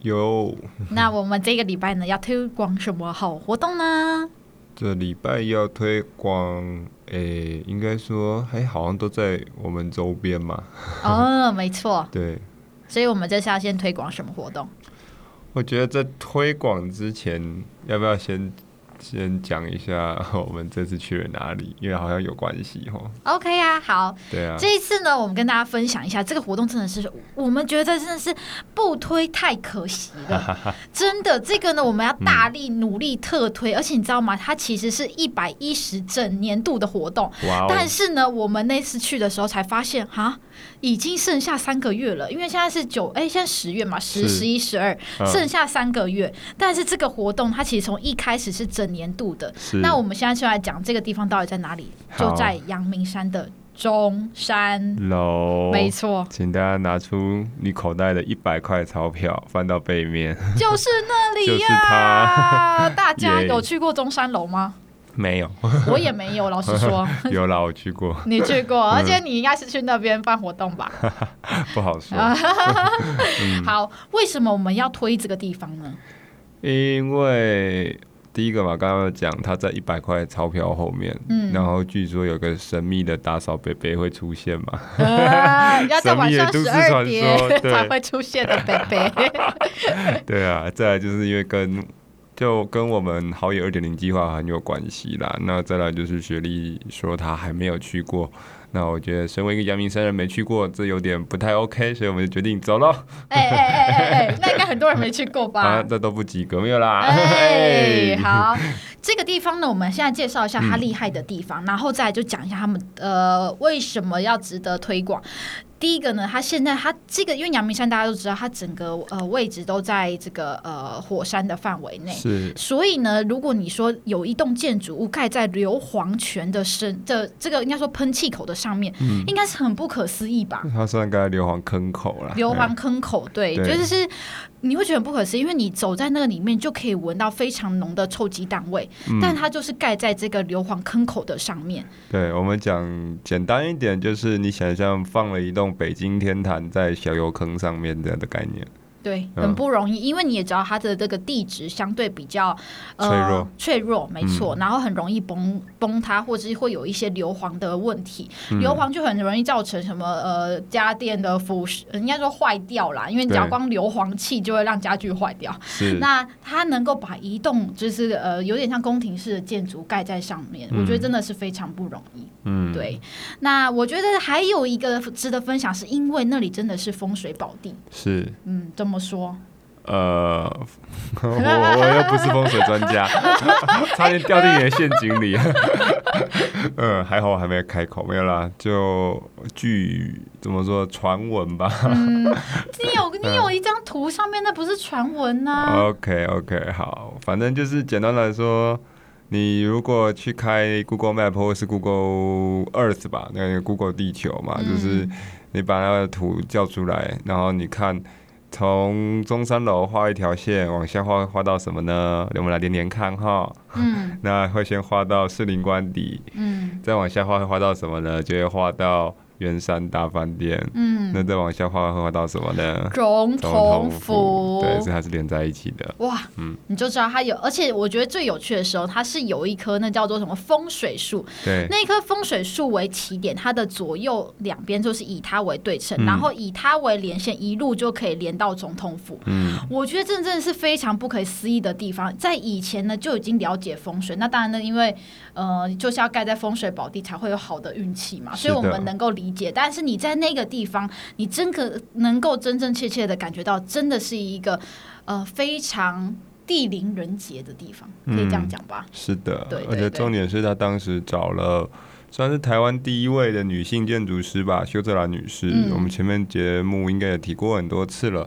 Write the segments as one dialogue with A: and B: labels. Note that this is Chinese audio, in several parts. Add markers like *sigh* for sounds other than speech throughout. A: 有，
B: 那我们这个礼拜呢，要推广什么好活动呢？
A: 这礼拜要推广，诶、应该说还好像都在我们周边嘛。
B: 哦，没错，
A: 对，
B: 所以我们这次要先推广什么活动？
A: 我觉得在推广之前，要不要先先讲一下 *laughs* 我们这次去了哪里？因为好像有关系哦。
B: OK 啊，好，
A: 对啊，
B: 这一次呢，我们跟大家分享一下这个活动，真的是我们觉得真的是不推太可惜了，真的。这个呢，我们要大力努力特推，而且你知道吗？它其实是一百一十整年度的活动，
A: 哇哦，
B: 但是呢，我们那次去的时候才发现，哈，已经剩下三个月了，因为现在是九，哎，现在十月嘛，十、
A: 是
B: 十一、十二，
A: 嗯
B: 剩下三个月。但是这个活动它其实从一开始是整年度的，
A: 是
B: 那我们现在就来讲这个地方到底在哪里，
A: 好
B: 就在阳明山的中山。
A: 楼，
B: 没错
A: *laughs* 请大家拿出你口袋的一百块钞票，翻到背面。
B: 就是那里
A: 就是
B: 呀！ *laughs* 大
A: *laughs*
B: 家
A: 耶
B: 有去过中山楼
A: *laughs*
B: 吗？
A: 没有，
B: 我也没有，老实
A: *laughs*
B: 说，
A: 有啦，我去过， *laughs*
B: 你去
A: 嗯
B: 过，而且你应该是去那边办活动吧？
A: 不好说。嗯
B: 好，为什么我们要推这个地方
A: *laughs*
B: 呢？
A: 因为第一个嘛，刚刚有讲它在一百块钞票后面，
B: 嗯
A: 然后据说有个神秘的打扫北北会出现嘛，
B: 呃要在晚上
A: 神
B: 十
A: 秘的都市
B: 二
A: 传
B: 点
A: 说对
B: 才会出现的北 *laughs* 北。
A: 对啊，再来就是因为跟就跟我们好野二点零计划很有关系啦。那再来就是雪莉说她还没有去过，那我觉得身为一个阳明山人没去过，这有点不太 OK，所以我们就决定走喽。
B: 哎哎哎哎哎，那应该很多人没去过吧？
A: 啊，这都不及格，没有啦。
B: 哎，
A: 嘿
B: 好， *laughs* 嗯这个地方呢，我们现在介绍一下它厉害的地方，然后再来就讲一下他们呃为什么要值得推广。第一个呢，它现在它这个因为阳明山大家都知道，它整个呃位置都在这个呃火山的范围内，
A: 是
B: 所以呢，如果你说有一栋建筑物盖在硫磺泉的深的这个应该说喷气口的上面，应该是很不可思议吧？
A: 它算该硫磺坑口啦。哎
B: 硫磺坑口，对，
A: 对
B: 就是你会觉得很不可思议，因为你走在那个里面就可以闻到非常浓的臭鸡蛋味，
A: 嗯
B: 但它就是盖在这个硫磺坑口的上面。
A: 对我们讲简单一点，就是你想象放了一栋北京天坛在小油坑上面这样的概念，
B: 对，
A: 嗯
B: 很不容易，因为你也知道它的这个地质相对比较呃
A: 脆弱，嗯
B: 脆弱，没错，然后很容易崩崩塌，或者是会有一些硫磺的问题，
A: 嗯
B: 硫磺就很容易造成什么呃家电的腐蚀，呃应该说坏掉啦，因为你只要
A: 对
B: 光硫磺气就会让家具坏掉。
A: 是
B: 那它能够把一栋就是呃有点像宫廷式的建筑盖在上面，我觉得真的是非常不容易。
A: 嗯，
B: 对，那我觉得还有一个值得分享，是因为那里真的是风水宝地。
A: 是
B: 嗯，这么说，
A: 呃， *laughs*
B: *laughs*
A: 我我又不是风水专家， *laughs* 差点掉进你的陷阱里。 *laughs* 嗯，还好我还没开口，没有啦，就据怎么说传闻吧。
B: 嗯，啊你有你有一张图上面那不是传闻呐、
A: OK OK，好，反正就是简单来说，你如果去开 Google Map 或是 Google Earth 吧，那个 Google 地球嘛，
B: 嗯
A: 就是你把那个图叫出来，然后你看从中山楼画一条线往下画，画到什么呢？我们来连连看哈。
B: 嗯
A: 那会先画到士林官邸，
B: 嗯
A: 再往下画会画到什么呢？就会画到圆山大饭店。
B: 嗯，
A: 那再往下画会画到什么呢？
B: 总统府。
A: 对，所以它是连在一起的。
B: 哇，你就知道它有，而且我觉得最有趣的时候，它是有一棵那叫做什么风水树，
A: 对，
B: 那一棵风水树为起点，它的左右两边就是以它为对
A: 嗯
B: 称，然后以它为连线，一路就可以连到总统府。
A: 嗯，
B: 我觉得这真的是非常不可思议的地方。在以前呢，就已经了解风水。那当然呢，因为呃，就是要盖在风水宝地才会有好的运气嘛，
A: 是
B: 所以
A: 的
B: 我们能够理解。但是你在那个地方，你真可能够真真切切的感觉到，真的是一个呃非常地灵人杰的地方，可以这
A: 嗯
B: 样讲吧？
A: 是的，
B: 对对
A: 而且重点是他当时找了算是台湾第一位的女性建筑师吧，修泽兰女士。
B: 嗯
A: 我们前面节目应该也提过很多次了。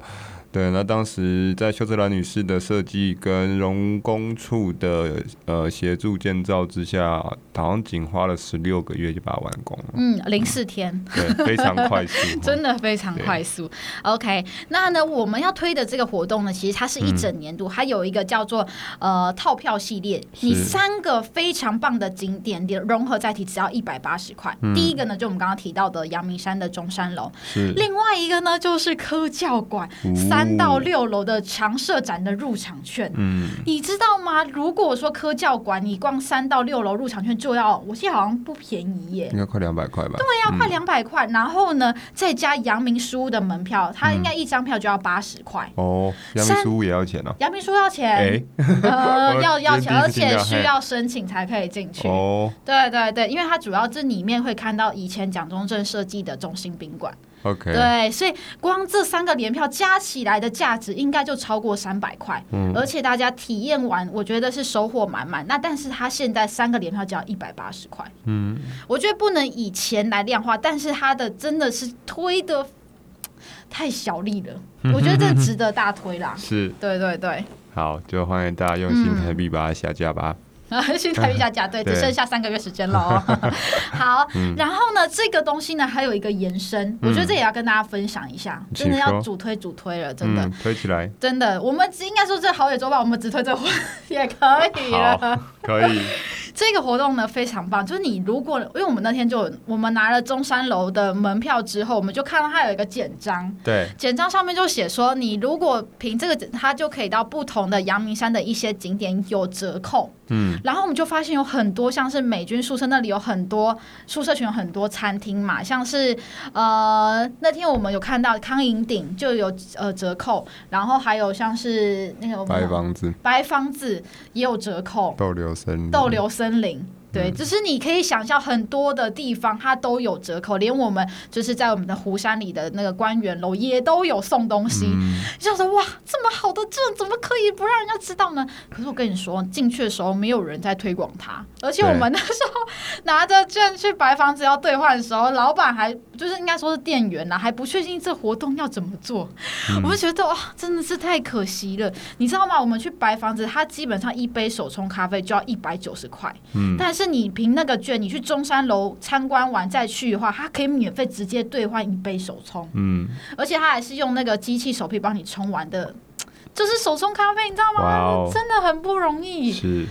A: 对，那当时在秀芝兰女士的设计跟荣工处的呃协助建造之下，好像仅花了十六个月就把它完工了，
B: 嗯，零四天。。
A: 对，非常快速
B: 真的非常快速。OK，那呢，我们要推的这个活动呢，其实它
A: 嗯
B: 是一整年度，它有一个叫做呃套票系列，你三个非常棒的景点点融合在一起，只要一百八十块。
A: 嗯
B: 第一个呢，就我们刚刚提到的阳明山的中山楼，
A: 是
B: 另外一个呢就是科教馆
A: 哦
B: 三到六楼的常设展的入场券。
A: 嗯，
B: 你知道吗？如果说科教馆你逛三到六楼入场券就要，我记得好像不便宜耶，
A: 应该快两百块吧？
B: 要
A: 嗯
B: 快两百块，然后呢，再加阳明书屋的门票，它
A: 嗯
B: 应该一张票就要八十块。
A: 哦，阳明书屋也要钱哦。
B: 阳明书要钱，
A: 哎，
B: 呃，
A: *laughs* 我
B: 要要钱，
A: 第一次
B: 而且
A: 听到
B: 需要申请才可以进去。
A: 哦
B: 对对对，因为它主要这里面会看到以前蒋中正设计的中心宾馆，
A: ，OK，
B: 对，所以光这三个联票加起来的价值应该就超过三百块，
A: 嗯
B: 而且大家体验完，我觉得是收获满满。那但是它现在三个联票只要一百八十块，嗯，我觉得不能以钱来量化，但是它的真的是推的太小力
A: *laughs*
B: 了，我觉得这值得大推啦。
A: 是
B: 对对对， *laughs*
A: 好，就欢迎大家用
B: 嗯
A: 新台币把它下架吧。
B: 新台币下架，对，只
A: 对
B: 剩下三个月时间了哦。 *laughs* 好，
A: 嗯
B: 然后呢，这个东西呢还有一个延伸，我觉得这也要跟大家分享一下，
A: 嗯请
B: 真的要
A: 说
B: 主推主推了，真的
A: 嗯，。推起来，
B: 真的，我们只应该说这好野周吧，我们只推这活也可以了。
A: 好，可
B: *laughs*
A: 以，
B: 这个活动呢非常棒，就是你如果因为我们那天就我们拿了中山楼的门票之后，我们就看到它有一个简章。
A: 对，
B: 简章上面就写说，你如果凭这个，它就可以到不同的阳明山的一些景点有折扣。
A: 嗯，
B: 然后我们就发现有很多像是美军宿舍那里有很多宿舍群有很多餐厅嘛，像是呃那天我们有看到康营顶就有呃折扣，然后还有像是那个我们
A: 白房子，
B: 白方子也有折扣，
A: 逗留森林，嗯
B: 逗留森林。对，就是你可以想象很多的地方它都有折扣，连我们就是在我们的湖山里的那个官员楼也都有送东西，就想说哇，这么好的证怎么可以不让人家知道呢？可是我跟你说，进去的时候没有人在推广它，而且我们那时候拿着券去白房子要兑换的时候，老板还就是应该说是店员啦，还不确定这活动要怎么做，我就觉得哇，哦真的是太可惜了。你知道吗？我们去白房子，它基本上一杯手冲咖啡就要一百九十块，
A: 嗯
B: 但是你凭那个券，你去中山楼参观完再去的话，它可以免费直接兑换一杯手冲，
A: 嗯，
B: 而且它还是用那个机器手臂帮你冲完的。就是手冲咖啡，你知道吗？
A: 哇哦
B: 真的很不容易。
A: 是，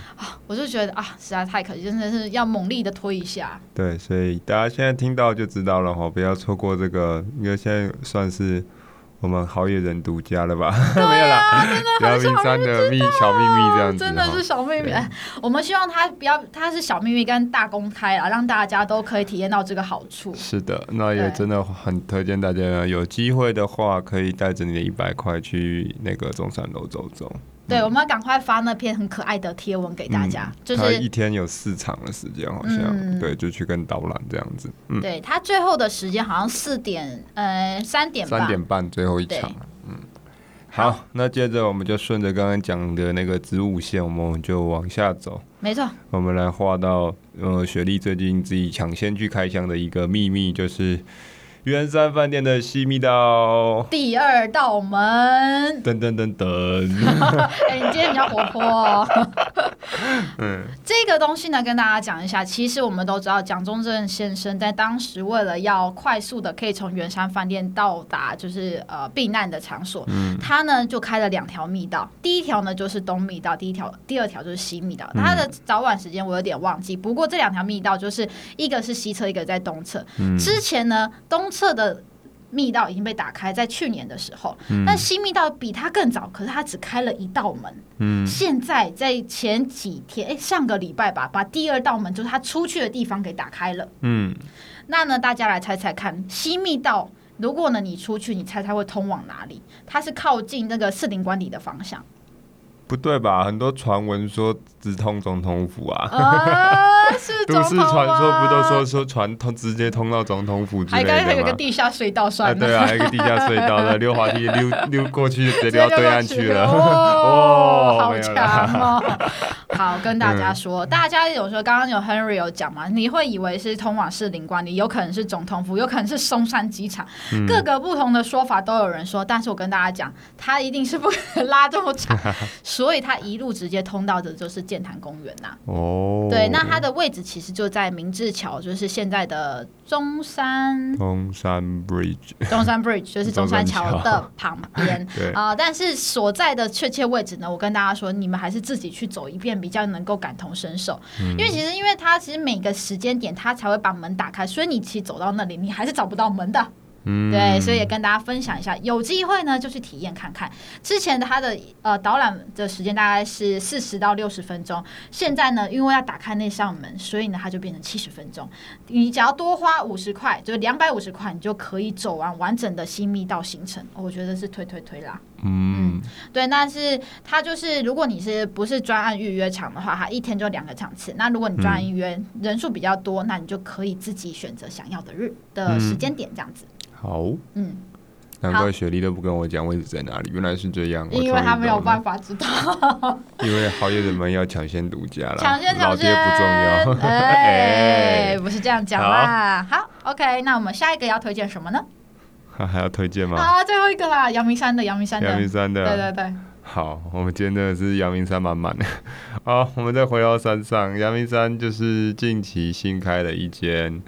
B: 我就觉得啊，实在太可惜，真的是要猛力的推一下。
A: 对，所以大家现在听到就知道了哈，不要错过这个，因为现在算是我们好野人独家了吧？没有 *laughs* 啦，
B: 很
A: 姚
B: 少
A: 明山的秘小秘密这样子
B: 啊哦真的是
A: 哈。
B: 小秘密，
A: 对
B: 哎我们希望它不要，它是小秘密跟大公开啊，让大家都可以体验到这个好处。
A: 是的，那也
B: 对
A: 真的很推荐大家有机会的话，可以带着你的一百块去那个中山楼走走。
B: 对，我们要赶快发那篇很可爱的贴文给大家，就
A: 它嗯一
B: 是。
A: 天有四场的时间，好像、
B: 嗯
A: 对，就去跟导览这样子。嗯，
B: 对他最后的时间好像四点，呃，三点吧。
A: 三点半最后一
B: 对
A: 场。嗯，好，那接着我们就顺着刚刚讲的那个子午线，我们就往下走。
B: 没错，
A: 我们来画到呃，雪莉最近自己抢先去开箱的一个秘密，就是圆山饭店的西密道。
B: 第二道门。
A: 噔噔噔噔，
B: 哎、你今天比较活泼、哦。
A: 嗯，
B: 这个东西呢，跟大家讲一下，其实我们都知道，蒋中正先生在当时为了要快速的可以从圆山饭店到达就是呃避难的场所，他呢就开了两条密道，第一条呢就是东密道，第一条第二条就是西密道。它的早晚时间我有点忘记，不过这两条密道就是一个是西侧，一个在东侧。之前呢，东侧的。密道已经被打开，在去年的时候，
A: 嗯
B: 但西密道比它更早，可是它只开了一道门。
A: 嗯
B: 现在在前几天，哎，上个礼拜吧，把第二道门，就是他出去的地方给打开了。
A: 嗯，
B: 那呢，大家来猜猜看，西密道，如果呢你出去，你猜猜会通往哪里？它是靠近那个士林官邸的方
A: *laughs*
B: 向。
A: 不对吧？很多传闻说直通总统府
B: *laughs*
A: 啊，
B: 啊，是
A: 都市传说不都说说传通直接通到总统府之
B: 还
A: 类
B: 刚才还有
A: 的
B: 个
A: 吗？
B: 地下隧道
A: 啊，
B: 算了。
A: 对啊，还有一个地下隧道的溜滑
B: *laughs*
A: 梯溜溜过去，
B: 直
A: 直接
B: 接
A: *laughs* 溜
B: 就
A: 到对岸
B: 去
A: 去了。
B: 哦，
A: 哦
B: 好
A: 没有 *laughs* 嗯
B: 强哦！好，跟大家说，大家有时候刚刚有 Henry 有讲嘛，你会以为是通往士林官邸，有可能是总统府，有可能是松山机场，
A: 嗯
B: 各个不同的说法都有人说。但是我跟大家讲，他一定是不可能拉这么
A: *laughs*
B: 长，所以他一路直接通到的就是剑潭公园呐、
A: 哦，
B: 对，那它的位置其实就在明治桥，就是现在的中山
A: 中山 Bridge，
B: 中山 Bridge，就是中山桥的旁边
A: 对
B: 啊、但是所在的确切位置呢，我跟大家说，你们还是自己去走一遍比较能够感同身受。因
A: 嗯
B: 为其实，因为它其实每个时间点它才会把门打开，所以你其实走到那里，你还是找不到门的。
A: 嗯，
B: 对，所以也跟大家分享一下，有机会呢就去体验看看。之前的它的呃导览的时间大概是四十到六十分钟，现在呢因为要打开那扇门，所以呢它就变成七十分钟。你只要多花五十块，就是两百五十块，你就可以走完完整的新密道行程。我觉得是推推推啦。
A: 嗯，
B: 对，但是它就是如果你是不是专案预约场的话，它一天就两个场次。那如果你专案
A: 嗯
B: 预约人数比较多，那你就可以自己选择想要的日的时
A: 嗯
B: 间点这样子。
A: 好，
B: 嗯，
A: 难怪雪莉都不跟我讲位置在哪里，原来是这样，
B: 因为他没有办
A: 法，
B: 法知道，
A: 因为好友们要抢先独家啦，
B: 抢先
A: 老
B: 抢
A: 爹
B: 先，
A: 不重要，，
B: 哎不是这样讲啦。好，OK，那我们下一个要推荐什么呢？
A: 还还要推 *laughs* 荐吗？
B: 啊，最后一个啦，阳明山的，阳明山的，
A: 阳明山的，
B: 对对对，
A: 好，我们今天真的是阳明山满 *laughs* 满的。好，我们再回到山上，阳明山就是近期新开的一间，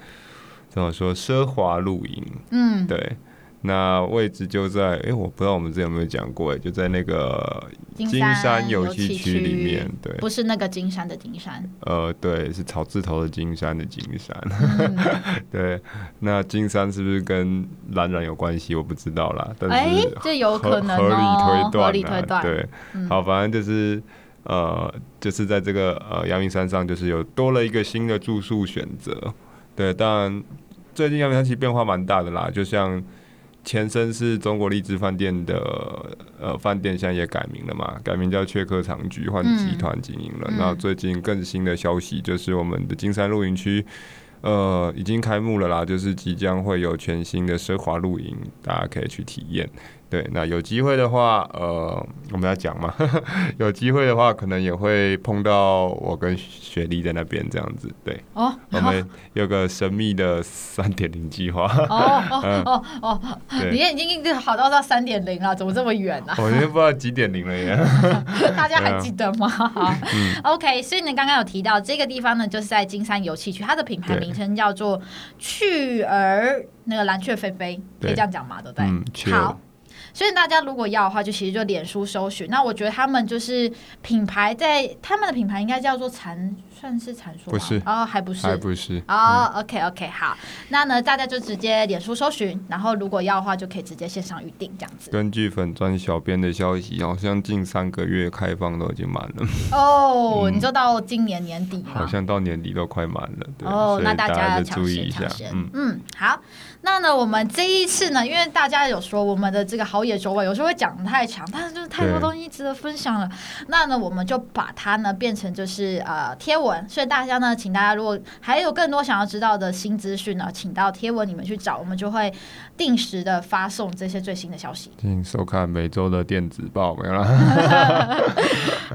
A: 怎么说奢华露营？
B: 嗯，
A: 对，那位置就在，诶，我不知道我们之前有没有讲过，诶就在那个金山游戏区里面。，对，
B: 不是那个金山的金
A: *laughs*
B: 山，
A: 呃，对，是草字头的金山的金山。 *laughs*
B: 嗯
A: 对，那金山是不是跟蓝染有关系？我不知道啦，但
B: 哎
A: 是，
B: 这有
A: 合
B: 可能
A: 合理
B: 哦，
A: 推断、啊，
B: 合理推断，
A: 对，
B: 嗯
A: 好，反正就是呃，就是在这个呃阳明山上，就是有多了一个新的住宿选择。对，当然最近阳明山其实变化蛮大的啦，就像前身是中国荔枝饭店的呃饭店，现在也改名了嘛，改名叫雀客长居，换集团经营了。
B: 嗯
A: 那、最近更新的消息就是我们的金山露营区。呃，已经开幕了啦，就是即将会有全新的奢华露营，大家可以去体验。对，那有机会的话，呃，我们要讲嘛， *laughs* 有机会的话，可能也会碰到我跟雪莉在那边这样子。对，
B: 哦，
A: 我
B: 好
A: 们有个神秘的三点零计
B: *laughs*
A: 划。
B: 哦哦哦哦，你
A: 嗯对，
B: 也已经好到到三点零了，怎么这么远
A: *laughs*
B: 啊？
A: 我今天不知道几点零了耶。啊
B: 大家还记得吗？好
A: 嗯
B: *laughs* OK，所以呢，刚刚有提到这个地方呢，就是在金山油气区，它的品牌
A: 对
B: 名称叫做“去儿那个蓝雀飞飞”，可以
A: 对
B: 这样讲嘛？对不对？
A: 嗯，去
B: 好，所以大家如果要的话，就其实就脸书搜寻。那我觉得他们就是品牌在他们的品牌应该叫做禅，算是禅说吗
A: 不是
B: 哦，还不是，
A: 还不是
B: 哦、o k OK，好，那呢，大家就直接脸书搜寻，然后如果要的话，就可以直接线上预定这样子。
A: 根据粉专小编的消息，好像近三个月开放都已经满了，
B: 哦、你就到今年年底吗？
A: 嗯好像到年底都快满了。对，
B: 哦
A: 所，以
B: 那
A: 大
B: 家要
A: 就
B: 抢
A: 注意
B: 先
A: 一下
B: 抢先。。
A: 嗯，
B: 好，那呢，我们这一次呢，因为大家有说我们的这个好野周外有时候会讲得太长，但是就是太多
A: 对
B: 东西值得分享了。那呢，我们就把它呢变成就是呃贴文，所以大家呢，请大家如果还有更多想要知道的新资讯呢，请到贴文里面去找，我们就会定时的发送这些最新的消息。
A: 请收看每周的电子报，没有啦。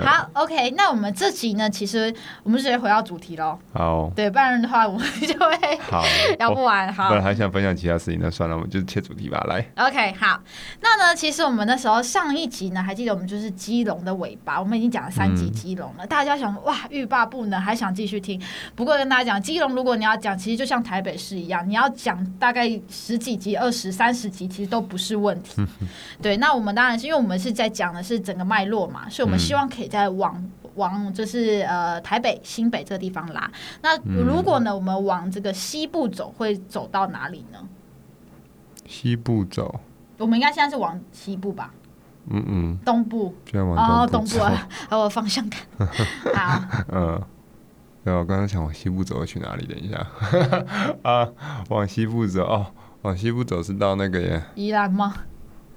B: 好，OK，那我们这集呢，其实我们直接回到主题喽，
A: *laughs* 好，
B: 对，不然的话我们就会， *laughs*
A: 好哦
B: 聊不完。好，
A: 本来还想分享其他事情，那算了，我们就切主题吧。来，
B: OK，好，那呢，其实我们那时候上一集呢，还记得我们就是基隆的尾巴，我们已经讲了三集基隆了，大家想说哇欲罢不能，还想继续听。不过跟大家讲，基隆如果你要讲，其实就像台北市一样，你要讲大概十几集、二十、三十集，其实都不是问题。对，那我们当然是因为我们是在讲的是整个脉络嘛，所以我们希望可以在往。往就是呃台北新北这个地方拉，那如果呢，我们往这个西部走，会走到哪里呢？
A: 西部走，
B: 我们应该现在是往西部吧？
A: 嗯嗯，
B: 东部
A: 居然
B: 哦
A: 往，
B: 东
A: 部
B: 部
A: 走，
C: *laughs*
B: 啊，还有方向感。好，
A: *laughs* 嗯。对，我刚刚想往西部走，去哪里？等一下 *laughs* 啊，往西部走哦，往西部走是到那个耶，
B: 宜兰吗？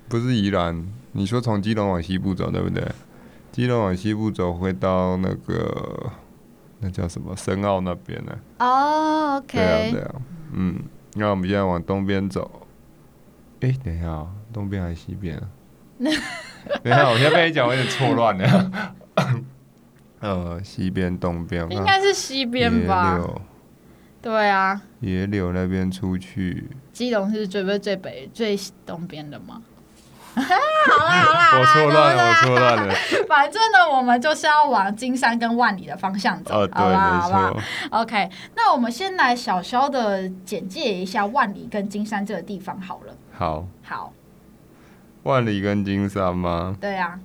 A: 不是宜兰。你说从基隆往西部走，对不对？基隆往西部走会到那个那叫什么深澳那边呢、
B: 哦
A: 对啊，
B: ，OK，
A: 对啊，嗯，那我们现在往东边走。哎、等一下、哦，东边还是啊
C: *laughs*
A: 西边啊？等一下，我现在被你讲，我有点错乱了。 *coughs* 呃，西边、东边，我看
C: 应该是西边
A: 野
C: 吧？
A: 柳，
C: 对啊，
A: 野柳那边出去，
C: 基隆是最不是最北最东边的嘛？ *laughs*
A: *laughs*
C: 啊
A: 我错乱了，我错乱了，
C: 反正呢，我们就是要往金山跟万里的方向走，
A: 哦，对，
C: 好吧，好吧
A: 没错，
C: OK，那我们先来小小的简介一下万里跟金山这个地方好了。
A: 好，
C: 好，
A: 万里跟金山吗？
C: 对啊，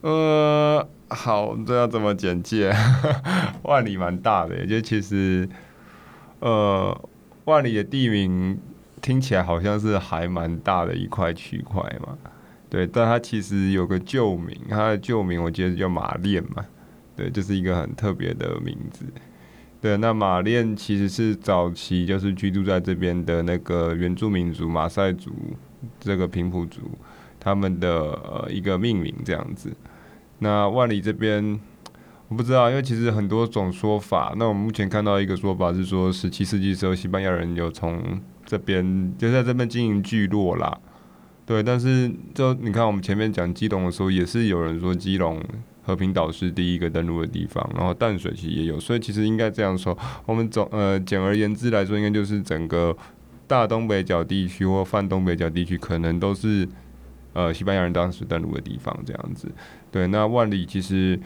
A: 呃，好，这要怎么简介？ *laughs* 万里蛮大的耶，就其实，呃，万里的地名听起来好像是还蛮大的一块区块嘛，对，但它其实有个旧名，它的旧名我记得叫马练嘛，对，就是一个很特别的名字。对，那马练其实是早期就是居住在这边的那个原住民族马赛族这个平埔族，他们的呃一个命名这样子。那万里这边我不知道，因为其实很多种说法。那我们目前看到一个说法是说，十七世纪时候西班牙人有从这边就在这边经营聚落啦。对，但是就你看我们前面讲基隆的时候，也是有人说基隆和平岛是第一个登陆的地方，然后淡水其实也有，所以其实应该这样说，我们总呃简而言之来说，应该就是整个大东北角地区或泛东北角地区，可能都是呃西班牙人当时登陆的地方这样子。对，那万里其实，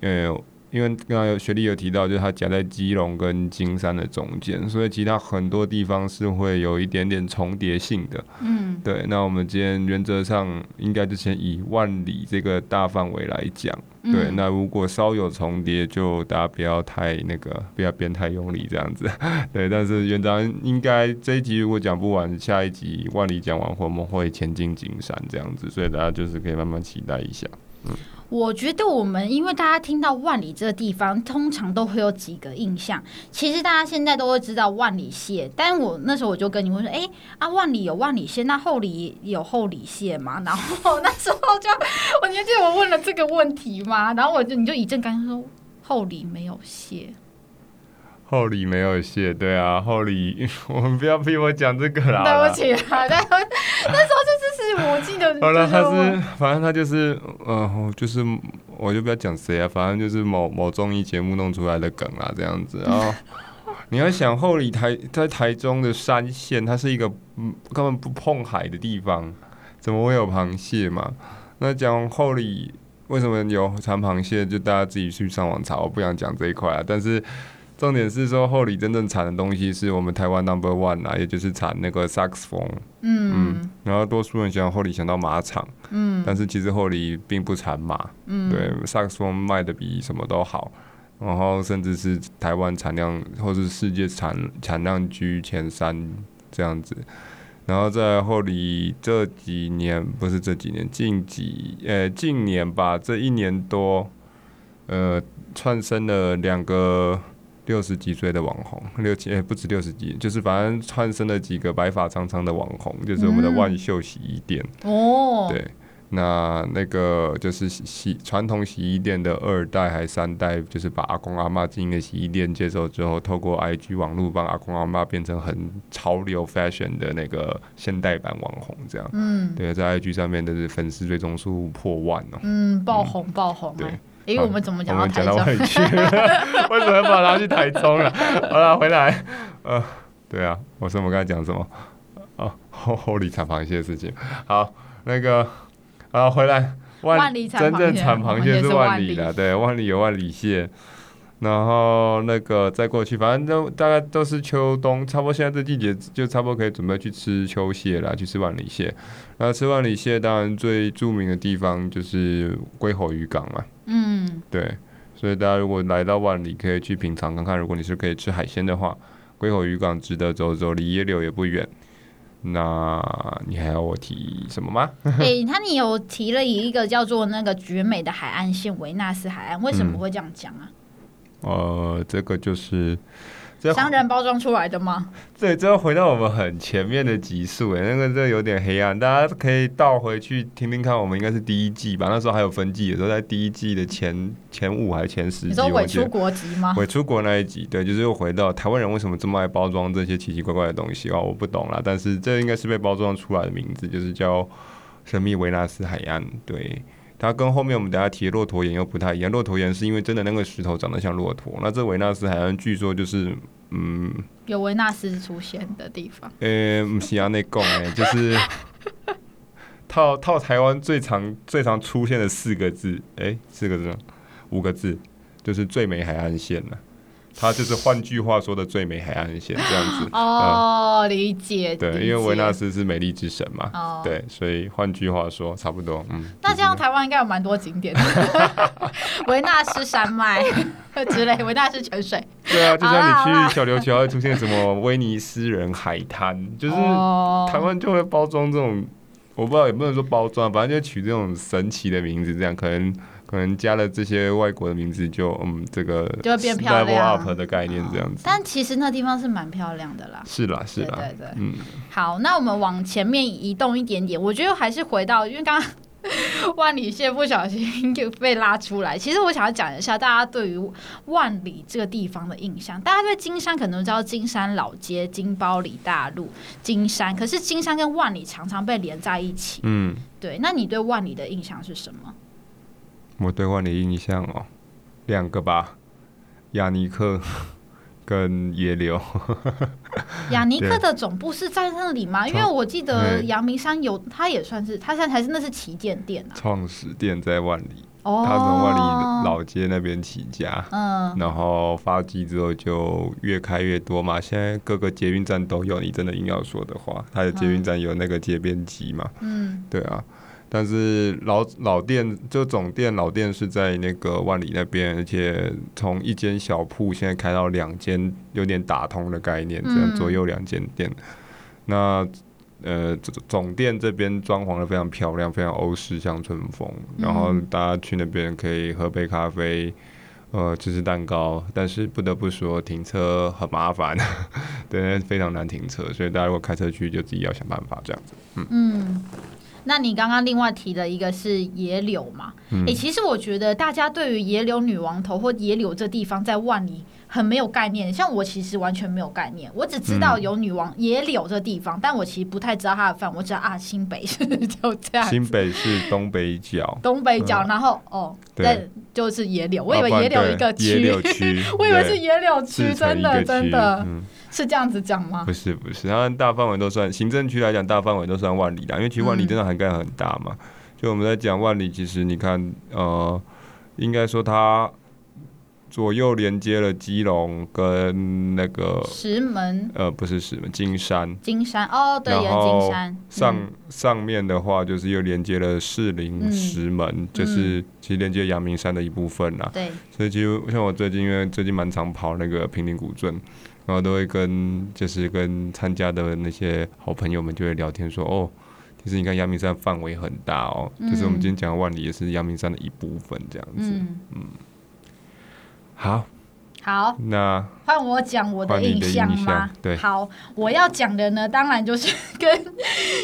A: 呃，因为刚刚有学历有提到，就是它夹在基隆跟金山的中间，所以其他很多地方是会有一点点重叠性的。
C: 嗯，
A: 对，那我们今天原则上应该就先以万里这个大范围来讲。对，那如果稍有重叠，就大家不要太那个，不要变态用力这样子。 *laughs* 对，但是园长应该这一集如果讲不完，下一集万里讲完后，我们会前进金山这样子，所以大家就是可以慢慢期待一下。
B: 我觉得我们因为大家听到万里这个地方，通常都会有几个印象。其实大家现在都会知道万里蟹，但我那时候我就跟你们说，哎、啊，万里有万里蟹，那后里有后里蟹吗？ *laughs* 然后那时候就，我你还记得我问了这个问题吗？然后我就你就一阵干说后里没有蟹，
A: 后里没有蟹，对啊，后里 *laughs* 我们不要逼我讲这个啦。
C: 对不起
B: *laughs*
C: 啊，但那时候就是是我记得，
A: *laughs* 好了，
C: 就
A: 他
C: 我
A: 是反正他就是呃，我就是我就不要讲谁啊，反正就是某某综艺节目弄出来的梗啦，这样子。然后 *laughs* 你要想后里台在台中的山县，它是一个嗯根本不碰海的地方，怎么会有螃蟹嘛？那讲后里为什么有产螃蟹，就大家自己去上网查，我不想讲这一块啊。但是重点是说后里真正产的东西是我们台湾 number one 啊，也就是产那个萨克斯风。
C: 嗯
A: 然后多数人想后里想到马场，嗯，但是其实后里并不产马，嗯，对，萨克斯风卖的比什么都好，然后甚至是台湾产量或是世界产产量居前三这样子。然后在后里这几年不是这几年，近几呃近年吧，这一年多，呃，窜升了两个六十几岁的网红，六七、诶呃不止六十几，就是反正窜升了几个白发苍苍的网红，就是我们的万秀洗衣店。
B: 哦，
A: 对，那那个就是洗洗传统洗衣店的二代还三代，就是把阿公阿妈经营的洗衣店接手之后，透过 IG 网络帮阿公阿妈变成很潮流 fashion 的那个现代版网红这样。
B: 嗯
A: 对，在 IG 上面的粉丝追踪数破万哦、
B: 嗯，爆红爆红、
A: 对
B: 哎，诶、
A: 好
B: 我们怎么讲
A: 我
B: 到
A: 们
B: 台
A: 讲到
B: 中？
A: 哪里去 *laughs* 了？为什么要把它去台中了？ *laughs* 好了，回来。呃，对啊，我说我们刚才讲什么？哦，后后里产螃蟹的事情。好，那个啊，回来万
B: 万里产
A: 真正
B: 螃蟹
A: 产
B: 我
A: 螃
B: 们
A: 蟹
B: 也是
A: 是万
B: 万
A: 里
B: 里
A: 的，对，万里有万里蟹。然后那个再过去，反正都大概都是秋冬，差不多现在这季节就差不多可以准备去吃秋蟹啦，去吃万里蟹。然后吃万里蟹，当然最著名的地方就是龟吼渔港嘛。 *laughs*
B: 嗯，
A: 对，所以大家如果来到万里，可以去品尝看看。如果你是可以吃海鲜的话，龟吼渔港值得走走，离野柳也不远。那你还要我提什么吗？
B: 诶、他你有提了一个叫做那个绝美的海岸线维纳斯海岸，为什么
A: 嗯
B: 会这样讲啊？
A: 呃，这个就是这
B: 商人包装出来的吗？
A: 对，这要回到我们很前面的集数，诶，那个这有点黑暗，大家可以倒回去听听看。我们应该是第一季吧，那时候还有分季的时候，在第一季的前前五还是前十
B: 你
A: 集，
B: 说
A: 我
B: 伪
A: 记得
B: 出国籍吗？
A: 我出国那一集，对，就是又回到台湾人为什么这么爱包装这些奇奇怪怪的东西哦，我不懂啦。但是这应该是被包装出来的名字，就是叫神秘维纳斯海岸。对，它跟后面我们等下提的骆驼岩又不太一样。骆驼岩是因为真的那个石头长得像骆驼，那这维纳斯海岸据说就是嗯，
B: 有维纳斯出现的地方。
A: 呃，不是啊，那贡哎，就是 *laughs* 套套台湾最常最常出现的四个字，哎、四个字吗，五个字，就是最美海岸线了、它就是换句话说的最美海岸线这样子。啊
B: 哦，理解。
A: 嗯对，
B: 理
A: 因为维
B: 解
A: 纳斯是美丽之神嘛，
B: 哦
A: 对，所以换句话说，差不多，嗯。
B: 那
A: 就是
B: 这样台湾应该有蛮多景点的， *laughs* 维纳斯山脉之类，维纳斯泉水，
A: 对啊，就像
B: 好啦
A: 你去小琉球会出现什么威尼斯人海滩，就是
B: 哦
A: 台湾就会包装这种，我不知道也不能说包装，反正就取这种神奇的名字，这样可能可能加了这些外国的名字就，嗯这个
B: 就会变漂
A: level
B: 亮
A: up 的概念这样子。
B: 但其实那地方是蛮漂亮的啦。
A: 是啦，是啦，
B: 对对对
A: 嗯，
B: 好，那我们往前面移动一点点，我觉得还是回到，因为刚刚 *laughs* 万里线不小心就被拉出来。其实我想要讲一下大家对于万里这个地方的印象。大家对金山可能知道金山老街、金包里大路、金山，可是金山跟万里常常被连在一起。
A: 嗯，
B: 对，那你对万里的印象是什么？
A: 我对万里印象哦，两个吧，雅尼克 *laughs* 跟野柳，
B: 雅尼克的总部是在那里吗？因为我记得
A: 嗯
B: 阳明山有，它也算是，它现在还是那是旗舰店啊。
A: 创始店在万里，
B: 哦，
A: 他从万里老街那边起家。
B: 嗯，
A: 然后发迹之后就越开越多嘛。现在各个捷运站都有，你真的硬要说的话，它的捷运站有那个街边机嘛，
B: 嗯，
A: 对啊。但是老老店就总店老店是在那个万里那边，而且从一间小铺现在开到两间，有点打通的概念，这样
B: 嗯
A: 左右两间店。那呃总总店这边装潢的非常漂亮，非常欧式乡村风，然后
B: 嗯
A: 大家去那边可以喝杯咖啡。呃，吃吃蛋糕，但是不得不说停车很麻烦， *laughs* 对，非常难停车，所以大家如果开车去就自己要想办法这样子。
B: 嗯，那你刚刚另外提的一个是野柳嘛？哎、
A: 嗯
B: 其实我觉得大家对于野柳女王头或野柳这地方在万里很没有概念，像我其实完全没有概念，我只知道
A: 嗯
B: 有女王野柳这地方，但我其实不太知道它的范围，我只知道啊新北市就这样。
A: 新北市东北角，
B: 东北角，然后哦，
A: 对
B: 但就是野柳， *laughs* 我以为
A: 啊不然
B: 野柳一个
A: 对野柳
B: 区，
A: 区
B: *laughs* ，我以为是
A: 对
B: 野柳区，
A: 自成
B: 真
A: 一个
B: 的
A: 区
B: 真的
A: 嗯，
B: 是这样子讲吗？
A: 不是不是，它大范围都算行政区来讲，大范围都算万里啦，因为其实万里
B: 嗯
A: 真的涵盖很大嘛。就我们在讲万里，其实你看，呃，应该说它左右连接了基隆跟那个
B: 石门、
A: 呃，不是石门金山，
B: 金山，哦，对，
A: 然
B: 也是金
A: 后
B: 山，
A: 上、
B: 嗯
A: 上面的话，就是又连接了士林、
B: 嗯
A: 石门，就是其实连接阳明山的一部分啦。
B: 对，
A: 所以其实像我最近，因为最近蛮常跑那个平顶古镇，然后都会跟就是跟参加的那些好朋友们就会聊天说，哦，其实你看阳明山范围很大哦，就是我们今天讲的万里也是阳明山的一部分这样子。
B: 嗯，
A: 好，
B: 好，
A: 那
B: 换我讲我
A: 换你
B: 印
A: 的
B: 象
A: 印
B: 吗
A: 象？对
B: 好，我要讲的呢，当然就是 *laughs* 跟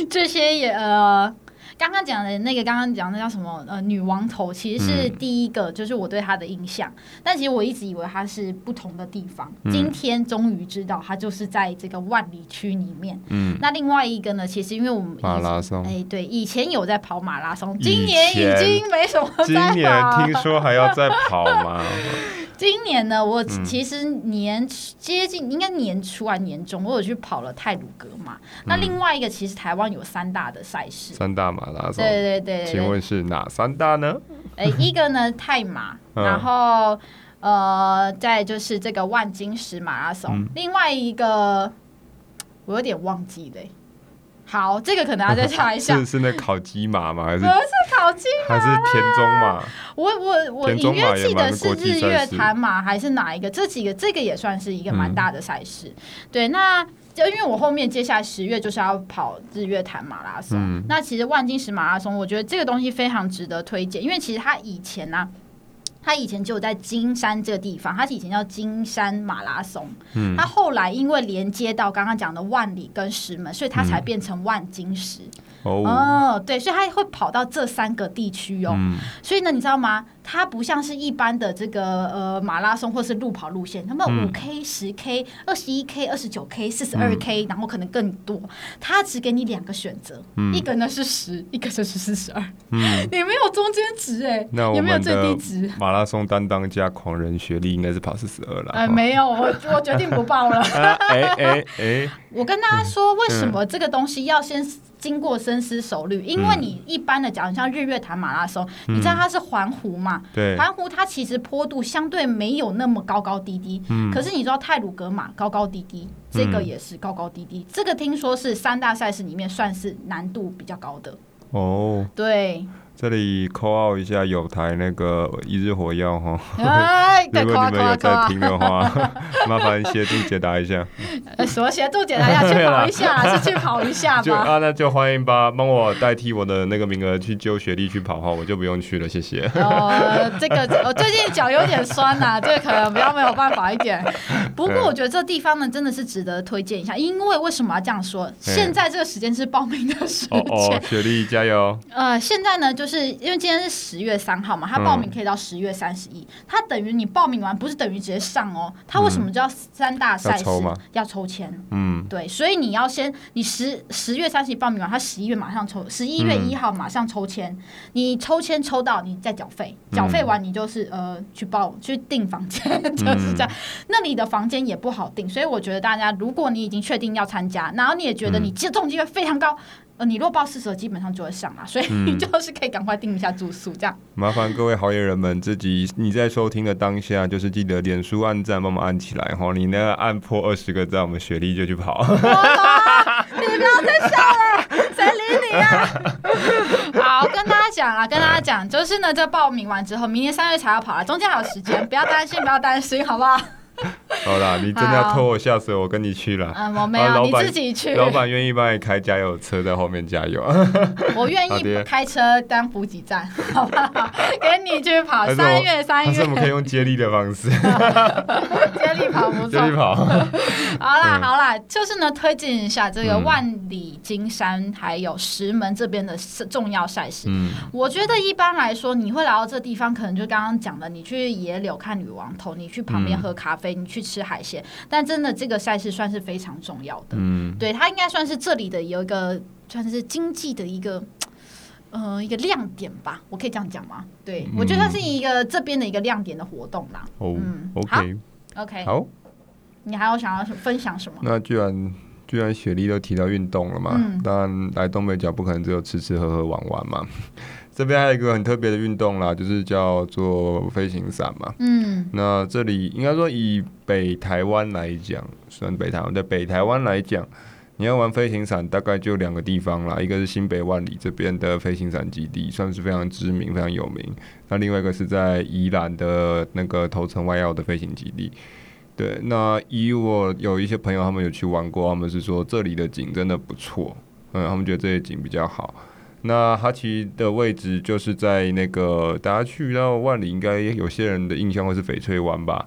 B: 这些也呃。刚刚讲的那个，刚刚讲的叫什么？呃，女王头其实是
A: 嗯
B: 第一个，就是我对她的印象。但其实我一直以为它是不同的地方，
A: 嗯
B: 今天终于知道它就是在这个万里区里面。
A: 嗯，
B: 那另外一个呢，其实因为我们以
A: 马拉松
B: 哎、对，以前有在跑马拉松，
A: 以
B: 今年已
A: 前
B: 经没什么在跑
A: 今
B: 了。
A: 年听说还要再跑吗？
B: 今年呢，我
A: 嗯
B: 其实年初接近应该年初啊年中，我有去跑了泰鲁格嘛。那另外一个，其实台湾有三大的赛事，
A: 嗯三大马拉松，
B: 对对对对
A: 请
B: 对，
A: 问是哪三大呢？
B: 呃，一个呢泰马，
A: *laughs* 嗯
B: 然后呃，再就是这个万金石马拉松，
A: 嗯
B: 另外一个我有点忘记嘞、好，这个可能要再查一下。
A: *laughs* 是是那烤鸡马吗？还是
B: 不是烤鸡，
A: 还是田中马？
B: 我我我
A: 田中
B: 隐
A: 马
B: 约
A: 也
B: 记
A: 蛮
B: 得是
A: 国际
B: 日
A: 赛
B: 月
A: 事嗯
B: 潭马还是哪一个？这几个这个也算是一个蛮大的赛事。对，那就因为我后面接下来十月就是要跑日月潭马拉松，
A: 嗯
B: 那其实万金石马拉松，我觉得这个东西非常值得推荐，因为其实它以前呢、它以前只有在金山这个地方，它以前叫金山马拉松。
A: 嗯
B: 它后来因为连接到刚刚讲的万里跟石门，所以它
A: 嗯
B: 才变成万金石。
A: 哦，
B: 哦，对，所以它会跑到这三个地区哦。
A: 嗯
B: 所以呢，你知道吗？它不像是一般的这个呃马拉松或是路跑路线，他们
A: 嗯
B: 五 K、十 K、二十一 K、二十九 K、四十二 K，然后
A: 嗯
B: 可能更多，它只给你两个选择，一个呢是十，一个就是四十二， *laughs*
A: 嗯，
B: 也没有中间值哎、
A: 那我
B: 也没有
A: 们
B: 最
A: 的
B: 低值。
A: 马拉松担当加狂人学历应该是跑四十二了。
B: 呃，
A: 哈
B: 没有，我我决定不报了。
A: 啊 *laughs* 哎哎哎，
B: 我跟大家说，为什么这个东西要先经过深思熟虑？因
A: 嗯
B: 为你一般的讲，像日月潭马拉松，你知道它是环湖嘛？
A: 对，
B: 环湖它其实坡度相对没有那么高高低低，可是你知道泰鲁格马高高低低，这个
A: 嗯
B: 也是高高低低，这个听说是三大赛事里面算是难度比较高的。
A: 哦， *laughs*
B: 对，
A: 这里 call out 一下有台那个一日火药哈，
B: 哎，对，
A: 如
B: 扣啊扣
A: 果你们有
B: 啊扣
A: 在
B: 啊！
A: 听的话， *laughs* 麻烦协助解答一下。
B: 呃什么协助解
A: *laughs*
B: 答一下？去跑一下啦，是去跑一下
A: 就
B: 吧。
A: 啊，那就欢迎吧，帮我代替我的那个名额去揪学历去跑哈，我就不用去了，谢谢。
B: 呃，这个
A: *laughs*
B: 我最近脚有点酸呐、这个可能比较没有办法一点。不过我觉得这地方呢，真的是值得推荐一下，因为为什么要这样说？现在这个时间是报名的时
A: 哦
B: 间， *laughs*
A: 哦，学历加油！
B: 呃，现在呢，就是因为今天是十月三号嘛，他报
A: 嗯
B: 名可以到十月三十一，他等于你报名完不是等于直接上哦，他为什
A: 嗯
B: 么叫三大赛事、
A: 要抽吗
B: 要抽签？
A: 嗯，
B: 对，所以你要先，你十十月三十报名完，他十一月马上抽，十一月一号马上抽签，你抽签抽到，你再缴费，
A: 嗯
B: 缴费完你就是、呃去报去订房间，就是
A: 嗯
B: 这样。那你的房间也不好订，所以我觉得大家，如果你已经确定要参加，然后你也觉
A: 嗯
B: 得你这中机会非常高。呃，你若报四十，基本上就会上啦，所以你 *laughs*
A: 嗯
B: 就是可以赶快订一下住宿，这样。
A: 麻烦各位好野人们，自己你在收听的当下，就是记得脸书按赞帮忙按起来哈，你那个按破二十个赞，我们学历就
B: *laughs*
A: 去跑。
B: 你不要再笑了，谁理你啊？好，跟大家讲啦，跟大家讲，就是呢，这报名完之后，明年三月才要跑啦，中间还有时间，不要担心，不要担心，好不好？
A: 好啦，你真的要拖我下水，我跟你去了。
B: 嗯，我没有，
A: 啊老
B: 你
A: 板
B: 自己去，
A: 老板愿意帮你开加油车，在后面加油。
B: 我愿
A: 好
B: 意
A: 的
B: 开车当补给站，好不好？ *laughs* 给你去跑，
A: 还是我
B: 三月三
A: 但是
B: 月
A: 我们可以用接力的方
B: *laughs*
A: 式，
B: 接力跑 *laughs* 不
A: 接
B: 错
A: 力。
B: *laughs*
A: 跑。
B: 好啦
A: 嗯
B: 好啦，就是呢，推荐一下这个
A: 嗯
B: 万里金山还有石门这边的重要赛事。
A: 嗯，
B: 我觉得一般来说，你会来到这地方，可能就刚刚讲的，你去野柳看女王头，你去旁边
A: 嗯
B: 喝咖啡，你去吃海鲜。但真的，这个赛事算是非常重要的，
A: 嗯
B: 对它应该算是这里的有一个算是经济的一个。呃，一个亮点吧，我可以这样讲吗？对，
A: 嗯
B: 我觉得它是一个这边的一个亮点的活动啦。
A: 哦
B: 嗯哎
A: ，OK，
B: OK，
A: 好，
B: 你还有想要分享
A: *laughs*
B: 什么？
A: 那居然居然雪莉都提到运动了嘛，
B: 嗯
A: 当然来东北角不可能只有吃吃喝喝玩玩嘛， *laughs* 这边还有一个很特别的运动啦，就是叫做飞行伞嘛。
B: 嗯
A: 那这里应该说以北台湾来讲，算北台湾对北台湾来讲，你要玩飞行伞大概就两个地方啦，一个是新北万里这边的飞行伞基地，算是非常知名、非常有名。那另外一个是在宜兰的那个头城外澳的飞行基地。对，那以我有一些朋友他们有去玩过，他们是说这里的景真的不错，嗯，他们觉得这里景比较好。那哈奇的位置就是在那个大家去到万里，应该有些人的印象会是翡翠湾吧？